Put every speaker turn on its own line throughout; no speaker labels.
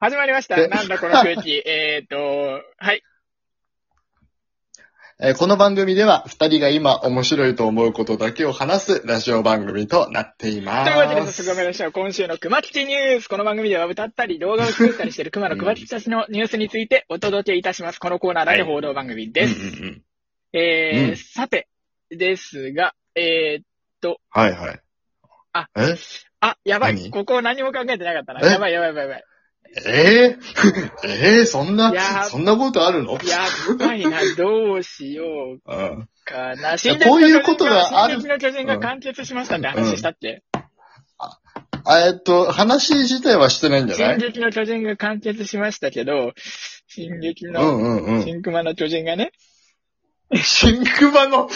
始まりました。
え
なんだこの空 気。えっと、はい。
えーこの番組では、二人が今面白いと思うことだけを話すラジオ番組となってい
と
ます。
いうわけで、早速参りましょう。今週の熊吉ニュース。この番組では歌ったり動画を作ったりしている熊の熊吉たちのニュースについてお届けいたします。このコーナーだけ報道番組です。
うんうんうん
えー
うん
さて、ですが、えー、
はいはい。
あ、
え
あ、やばい。
何
ここ何も考えてなかったな。
え
やばいやばいやばいやばい。
え ー、えー、そん
いや
な、そんなことあるの
やばいな。どうしよう
うん。
かな。
こういうことがある
進撃の巨人が完結しましたって話したって。
あえっと、話自体はしてないんじゃな
進
い
撃の巨人が完結しましたけど、進撃
う
の、
んうんうん。
新熊の巨人がね、
新熊の、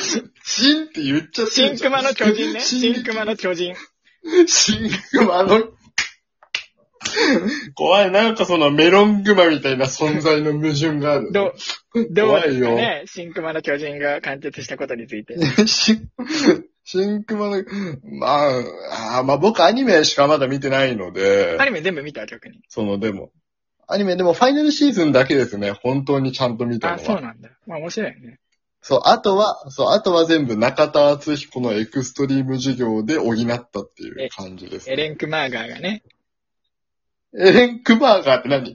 新って言っちゃって
新
るじゃん
熊の巨人ね、
新
新熊の巨人。
新熊の、怖い。なんかそのメロン熊みたいな存在の矛盾があるね。
どう、どう
怖
で
い
すか
よ
ね、新熊の巨人が完結したことについて。
新、新熊の、まあ、あーまあ僕アニメしかまだ見てないので
ア、ニメ全部見た逆に。
そのでも、アニメでもファイナルシーズンだけですね、本当にちゃんと見た
あ、
の
そう
は。
なんだ。まあ面白いよね。
そう、あとは、そう、あとは全部中田敦彦のエクストリーム授業で補ったっていう感じです、
エレ
ね。
ン・クマーガーがね、
エレン・クマーガーって何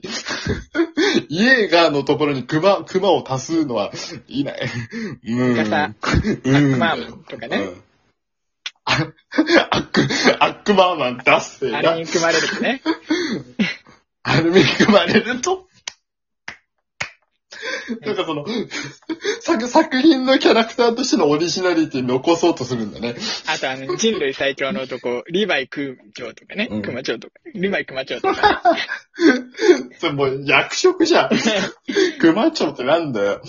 イエーガーのところにクマ、クマを足すのはいない。うん。
がさ、
う
アッ
ん。
クマーマンとかね、
うん。あアック、アックマーマン出せ
あ
な
れに組まれるとね、
アルミに組まれると。なんかその、作、作品のキャラクターとしてのオリジナリティ残そうとするんだね。
あとあの、人類最強の男、リヴァイ・クーチョウとかね
うん、
クマチョウとか、リヴァイ・クマチョウとか、
それもう役職じゃ ん。熊町ってなんだよ。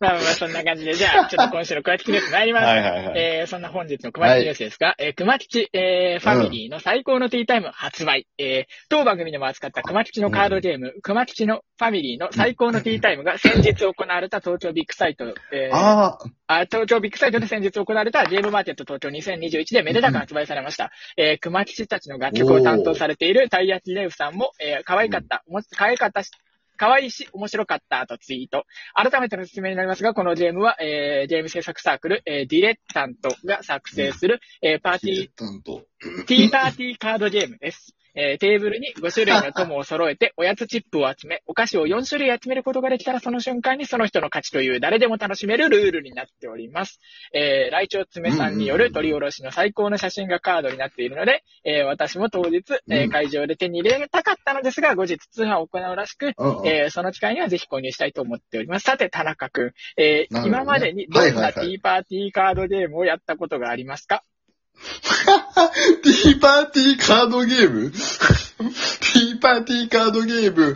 まあまあそんな感じで、じゃあ、ちょっと今週の詳しくニュース参ります。
はいはいはい。
えーそんな本日の熊吉ニュースですが、えー熊吉、えーファミリーの最高のティータイム発売。えー当番組でも扱った熊吉のカードゲーム、熊吉のファミリーの最高のティータイムが先日行われた東京ビッグサイト、えー
ああ、
あ東京ビッグサイトで先日行われたゲームマーケット東京2021でめでたく発売されました。えー熊吉たちの楽曲を担当されているたいやきレイフさんも、えー可愛かった、おも可愛かったし、可愛いし、面白かったとツイート。改めての説明になりますが、このゲームは、えーゲーム制作サークル、えーディレッタントが作成する、えーパーティー
ちゃんと。
ティーパーティーカードゲームです。えーテーブルに5種類の友を揃えて、おやつチップを集め、お菓子を4種類集めることができたら、その瞬間にその人の勝ちという、誰でも楽しめるルールになっております。えー、来長爪さんによる取り下ろしの最高の写真がカードになっているので、えー私も当日、えー会場で手に入れたかったのですが、後日通販を行うらしく、
うんうん
えーその機会にはぜひ購入したいと思っております。さて、田中くん、えー
なるほどね
今までにどん
は
ないテ
はいはい
ィーパーティーカードゲームをやったことがありますか
ティーパーティーカードゲーム ティーパーティーカードゲーム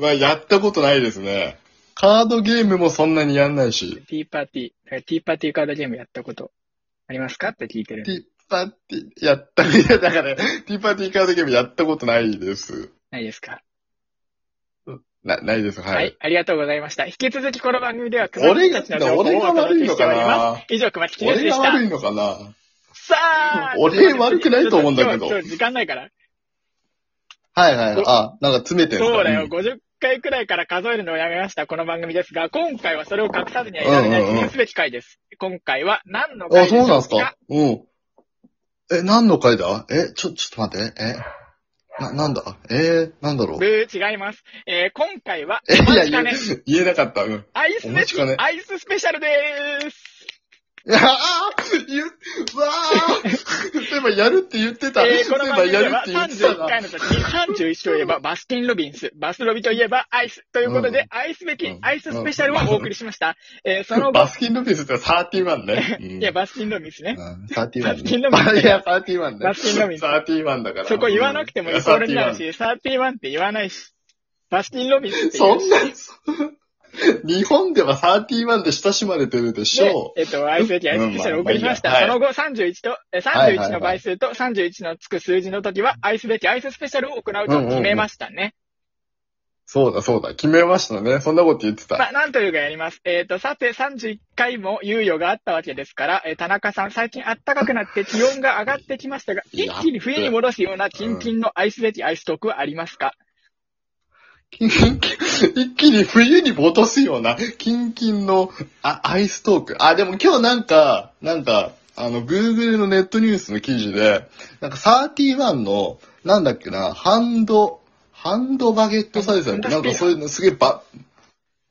はやったことないですね。カードゲームもそんなにやんないし。
ティーパーティー、だからティーパーティーカードゲームやったことありますかって聞いてる
テ。ィーパーティー、やった、いや、だから、ティーパーティーカードゲームやったことないです。
ないですか、
な、ないです、は
はい、
い。
ありがとうございました。引き続きこの番組では、熊
俺
木
が
たちの情報を
俺が
お届
悪い
け
の
して
か
おりま
な
す。以上、熊木清
俺
で
が
し
悪
た。
いのかな
さあ
俺悪くないと思うんだけ
今
ど
日今日時間ないから。
はいはいはい。あ、なんか詰めてん
そうだよ、
ん
50回くらいから数えるのをやめました、この番組ですが、今回はそれを隠さずにはいられない
うんうん
記
うん
念すべき回です。今回は何の
あ、
回でし
そう
ょう
なん
か
ですかうん。え、何の回だえ、ちょ、ちょっと待って。え、な、なんだえー、なんだろう。
ブー、違います。えー、今回は、
え、いや、
お
言
待ちかね
え、言えなかった。うん。
アイス
お
で
待ちかね。
アイススペシャルでーす。
ああ 言う、わあそういえばやるって言ってた。
えー
そ
こ
う
の
い
番
えば
組
や
で
るっ
は
て言ってた
31
な。
回の時に31といえばバスキン・ロビンス、バスロビといえばアイスということ
う
で
ん、
愛すべき
うん
アイススペシャルをお送りしました。えーその後、
バスキン・ルビスって31ね。う
い
ん
や、バスキン・ロビンスね。
サーティワン。
バスキンロビンス
いや、サーティワンね。
バスキンロビンス
サーティワンだから。
そこ言わなくてもイコールになるし、31って言わないし、バスキン・ロビンスって言
そ
うんし。
な、日本ではサーティワンで親しまれてるでし
で
ょ、
えっと、愛すべきアイススペシャルをお送りしました。
うんまあま
その後、31と、え
はいはい
31の倍数と31のつく数字の時は、愛すべきアイススペシャルを行うと決めましたね。
そうだそうだ、決めましたね。そんなこと言ってた。
まあ、なんというかやります。えっ、と、さて、31回も猶予があったわけですから、えー田中さん、最近暖かくなって気温が上がってきましたが、
い
一
や
気に冬に戻すようなキンキンの愛すべきアイストークはありますか
キンキン 一気に冬に落とすような、キンキンのあアイストーク。あ、でも今日なんか、なんか、あの、Google のネットニュースの記事で、なんか31の、なんだっけな、ハンド、ハンドバゲットサイズだっけ
ハ
な
ン
ん
ド
か
スピ
そういうのすげえば、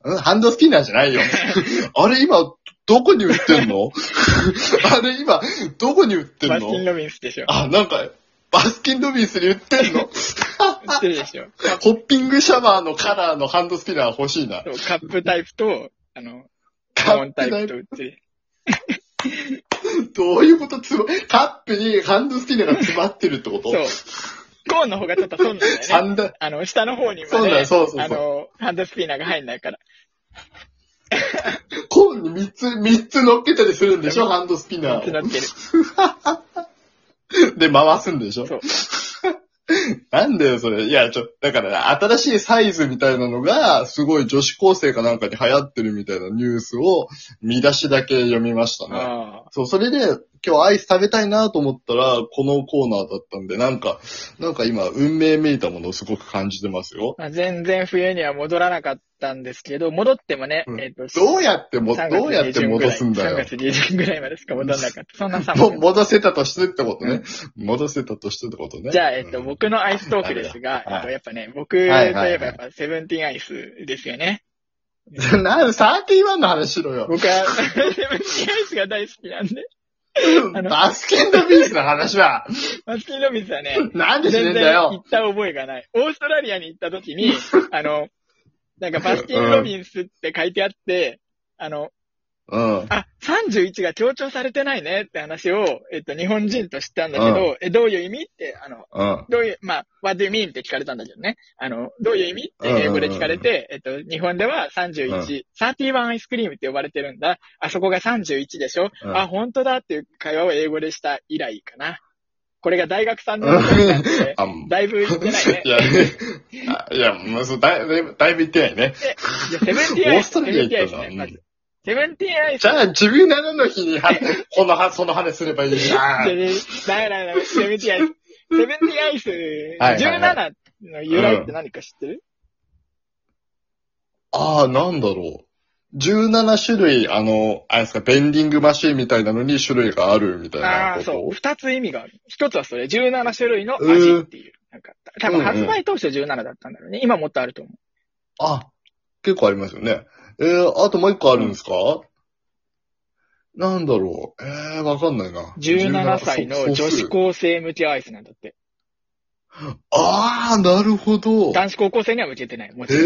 んハンドスピナーじゃないよ。 あれ今、どこに売ってんの あれ今、どこに売ってん
バス
の
キンロビンスでしょ。
あ、なんか、バスキンロビンスに売ってんの
売ってるでしょ。
ホッピングシャワーのカラーのハンドスピナー欲しいな。
そうカップタイプと、あの、カモンタイプと売ってる。
どういうことつま、カップにハンドスピナーが詰まってるってこと
そう。コーンの方がちょっと損なんだよね。
サンダ、
あの、下の方にまで、
そうだよそうそうそう
あの、ハンドスピナーが入んないから。
コーンに3つ、三つ乗っけたりするんでしょハンドスピナ
つな
ー
ってる。
を。で、回すんでしょ
そう。
なんだよ、それ。いや、ちょ、だから、新しいサイズみたいなのが、すごい女子高生かなんかに流行ってるみたいなニュースを、見出しだけ読みましたね。
ああ。
そう、それで、今日アイス食べたいなと思ったら、このコーナーだったんで、なんか、なんか今、運命めいたものをすごく感じてますよ。
まあ、全然冬には戻らなかったんですけど、戻ってもね、
うん
えっ、と、
どうやっても、どうやって戻すんだ
3
よ。
月下旬ぐらいまでしか戻らなかった。そんな寒
も
いう
戻せたとしてってことね。戻せたとしてってことね。
じゃあ、えっと、
うん
僕のアイストークですが、え
はい
っとやっぱね、僕といえば
はいはいはい
やっぱセブンティーンアイスですよね。
なん、サーティワンの話しろよ。
僕はセブンティーンアイスが大好きなんで、あの
バスケットビースの話は、
マスキンロビンスはね、
なんで
全
しね
然
えんだ
行
よ。
った覚えがない。オーストラリアに行った時 に、あの、なんかバスキン・ロビンスって書いてあって、あの、
うん。
あ、31が強調されてないねって話を、えっと、日本人と知ったんだけど、え、どういう意味って、あの、
うん。
どういう、まあ、what do you mean って聞かれたんだけどね。あの、どういう意味って英語で聞かれて、えっと、日本では31、
うん
31アイスクリームって呼ばれてるんだ。あそこが31でしょ、
うん
あ、本当だっていう会話を英語でした以来かな。これが大学3年
うん
生なんで、
あ
だいぶ行ってないね
い。や、ね、あいや、もうそうだいだいぶ、だいぶ行ってないね。
いや、セブンティーンア
オー
イ
ス
ス。
ト
セブ
ラリア
ンティーンアイス
行った
ね、
な
ま。ず。セブンティーンアイス。
じゃあ、17の日には、このは、その話すればいいじゃん。
だからだからセブンティーンアイス。セブンティーンアイス、
はいはい
17の由来って何か知ってる、
ああ、なんだろう。17種類、あの、あれですか、ベンディングマシーンみたいなのに種類があるみたい
あ
な
あ
こ
ー、
と。
そう。二つ意味がある。一つはそれ、17種類の味っていう。なんか、多分発売当初17だったんだろうね。今もっとあると思う。
あ、結構ありますよね。えー、あともう一個あるんですか、なんだろう。えー、わかんないな。
17歳の女
そう
子。高生向けアイスなんだって。
ああ、なるほど。
男子高校生には向けてない。も
へ
ちろん。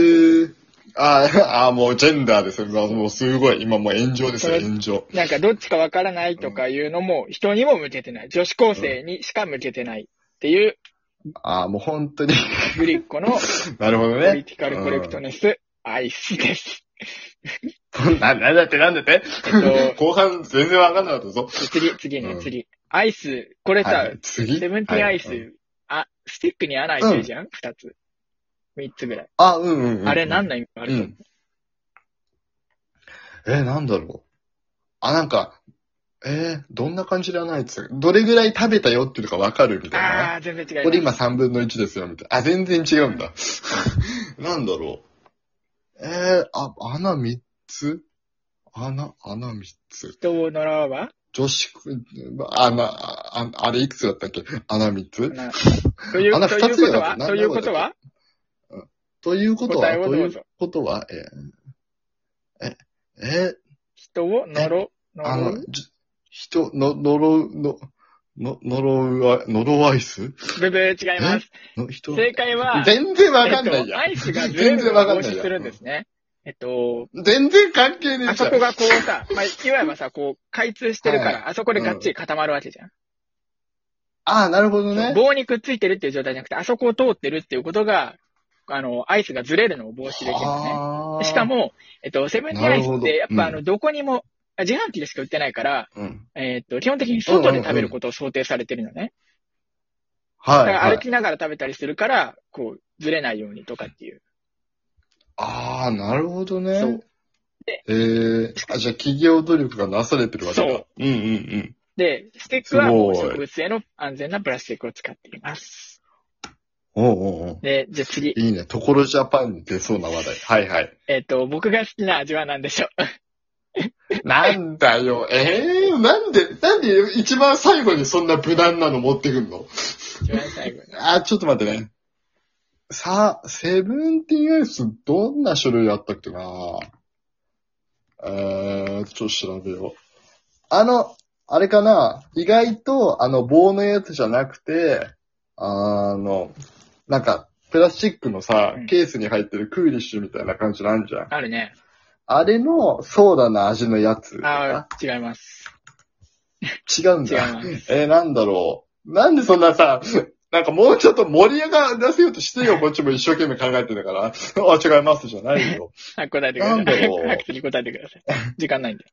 ー。あー あー、もうジェンダーですよ。もうすごい。今もう炎上ですよ、炎上。
なんか、どっちかわからないとかいうのも、人にも向けてない。女子高生にしか向けてないっていう、
ああ、もう本当に。
グリッコの
なるほど
ポリ
ね。
ティカルコレクトネス、アイスです。
な、なんだってなんだって、
えっ
後半全然わかんなかったぞ。
次、次ね
う、ん
次。アイス、これさ
は、い次
セブンティーンアイス、
はいうん
あ、スティックに穴開いてるじゃん二、つ。三つぐらい。
あ、うんうん、うん。
あれ何の意味がある
う
と思
ん。え、なんだろう。あ、なんか、えーどんな感じで穴開いてたどれぐらい食べたよっていうのがわかるみ
う
たい
あ
な。
あ、全然違います。
これ今3分の1ですよ、みたいな。あ、全然違うんだ。 なんだろう。えー、あ、穴3つ穴、穴3つ。
人を習わば
女子、穴、あ、あれいくつだったっけ穴3つ
なという、
穴
ということは、
二つ
ということは、
ということは、
答えを
と
ど
いうう
ぞ
ことは、えーえ、えー
人を呪、
あ
呪
の
う、
じ人、の、呪う、の、の、呪うアイ、呪うアイス
ブブー違います。
の人。
正解は、
全然わかんない
えっと
や
アイスがずれる
全然
のを
わ
防
かんないや
止するんですね。えっと、
ん。全然関係ねえ
あ
じ
そ
ゃん
こ。がこう さ、まあ、いわばさ、こう、開通してるから、
は
あそこでがっちり固まるわけじゃん。
ああ、なるほどね。
棒にくっついてるっていう状態じゃなくて、あそこを通ってるっていうことが、あの、アイスがずれるのを防止できるのね。
あー
しか、も、えっと、セブンティーンアイス
なる
っ
ほど
て、やっぱあ
う
の、どこにも、あ自販機でしか売ってないから、
うん。
えっと、基本的に外で食べることを想定されてるのね。だ
は
か
い、
ら
は
歩
い。
きながら食べたりするから、こう、ずれないようにとかっていう。
ああ、なるほどね。
そう。
ええあ、じゃあ企業努力がなされてるわけだ。
そう。
うんうんうん。
で、スティックはもう
すごい
植物への安全なプラスチックを使っています。
おうおうおう。
で、じゃあ次。
いいね。ところジャパンに出そうな話題。はいはい。
えっ、と、僕が好きな味は何で しょう
なんだよ。ええー、なんで、なんで一番最後にそんな無難なの持ってくんの
一番最後に。
あー、ちょっと待ってね。さあ、セブンティーンアイス、どんな種類あったっけなえー、ちょっと調べよう。あの、あれかな意外と、あの、棒のやつじゃなくて、あの、なんか、プラスチックのさ
うん、
ケースに入ってるクーリッシュみたいな感じなんじゃん。
あるね。
あれのソーダの味のやつと
あ
か。
あ、違います。
違うん
違い
だ。
ます。
えー、なんだろう。なんでそんなさ、 なんかもうちょっと盛り上がらせようとして よ、こっちも一生懸命考えてんだから。 あ、違いますじゃな いよ。
はい、答えてください。
なんだろう
早く次答えてください。時間ないんで。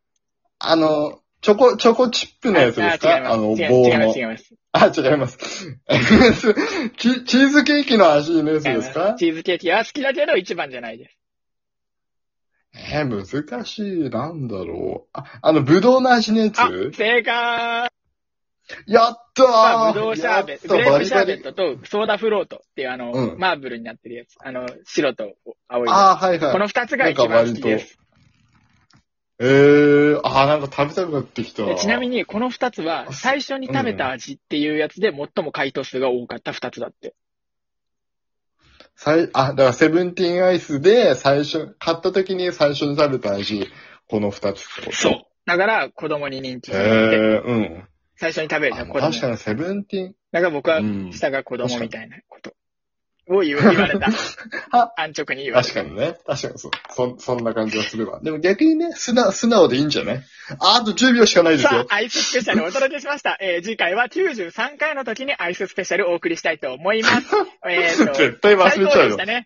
あの、チョコ、チョコチップのやつです
あ違い
か
ま
あ
す。
の、
違い
棒
ま
の
す。違。います。
あ、違います。 チチーズケーキの味のやつ
違い
で
ます
か
す。チーズケーキは好きだけど一番じゃないです。
えー、難しい。なんだろう。あ、あの、ぶどうの味のや
あ、
つ
正解
やった
まあ、
ー
ぶどうシャーベット、グ
や
レープ
ったバリ
シャ
バ
ーベ
リ
ッ。トとソーダフロートっていうあの、
うん
マーブルになってるやつ。あの、白と青いや
あー、はい
つ。こ
は
の
い。
二つが一番好きです。
えー、あー、なんか食べたくなってきた。
でちなみに、この二つは、最初に食べた味っていうやつで最も回答数が多かった二つだって。
最、あ、だからセブンティーンアイスで最初、買った時に最初に食べた味、この二つってこと。
そう。だから、子供に人気
へ
なんだって。
えー、うん。
最初に食べ
あ
た
の
子供。
確かにセブンティーン。
だから僕は
うん、
下が子供みたいなことを言う言われた。 安直に言われ
確
た。
かにね。確かにそう。そ、そんな感じはすれば。でも逆にね、素直、素直でいいんじゃないあ、あと10秒しかないです
さ
よ。
あ、アイススペシャルお届けしました。えー次回は93回の時にアイススペシャルをお送りしたいと思います。えーと、
絶対忘れ
最
ち
高
ゃう
でし
よ
た。ね。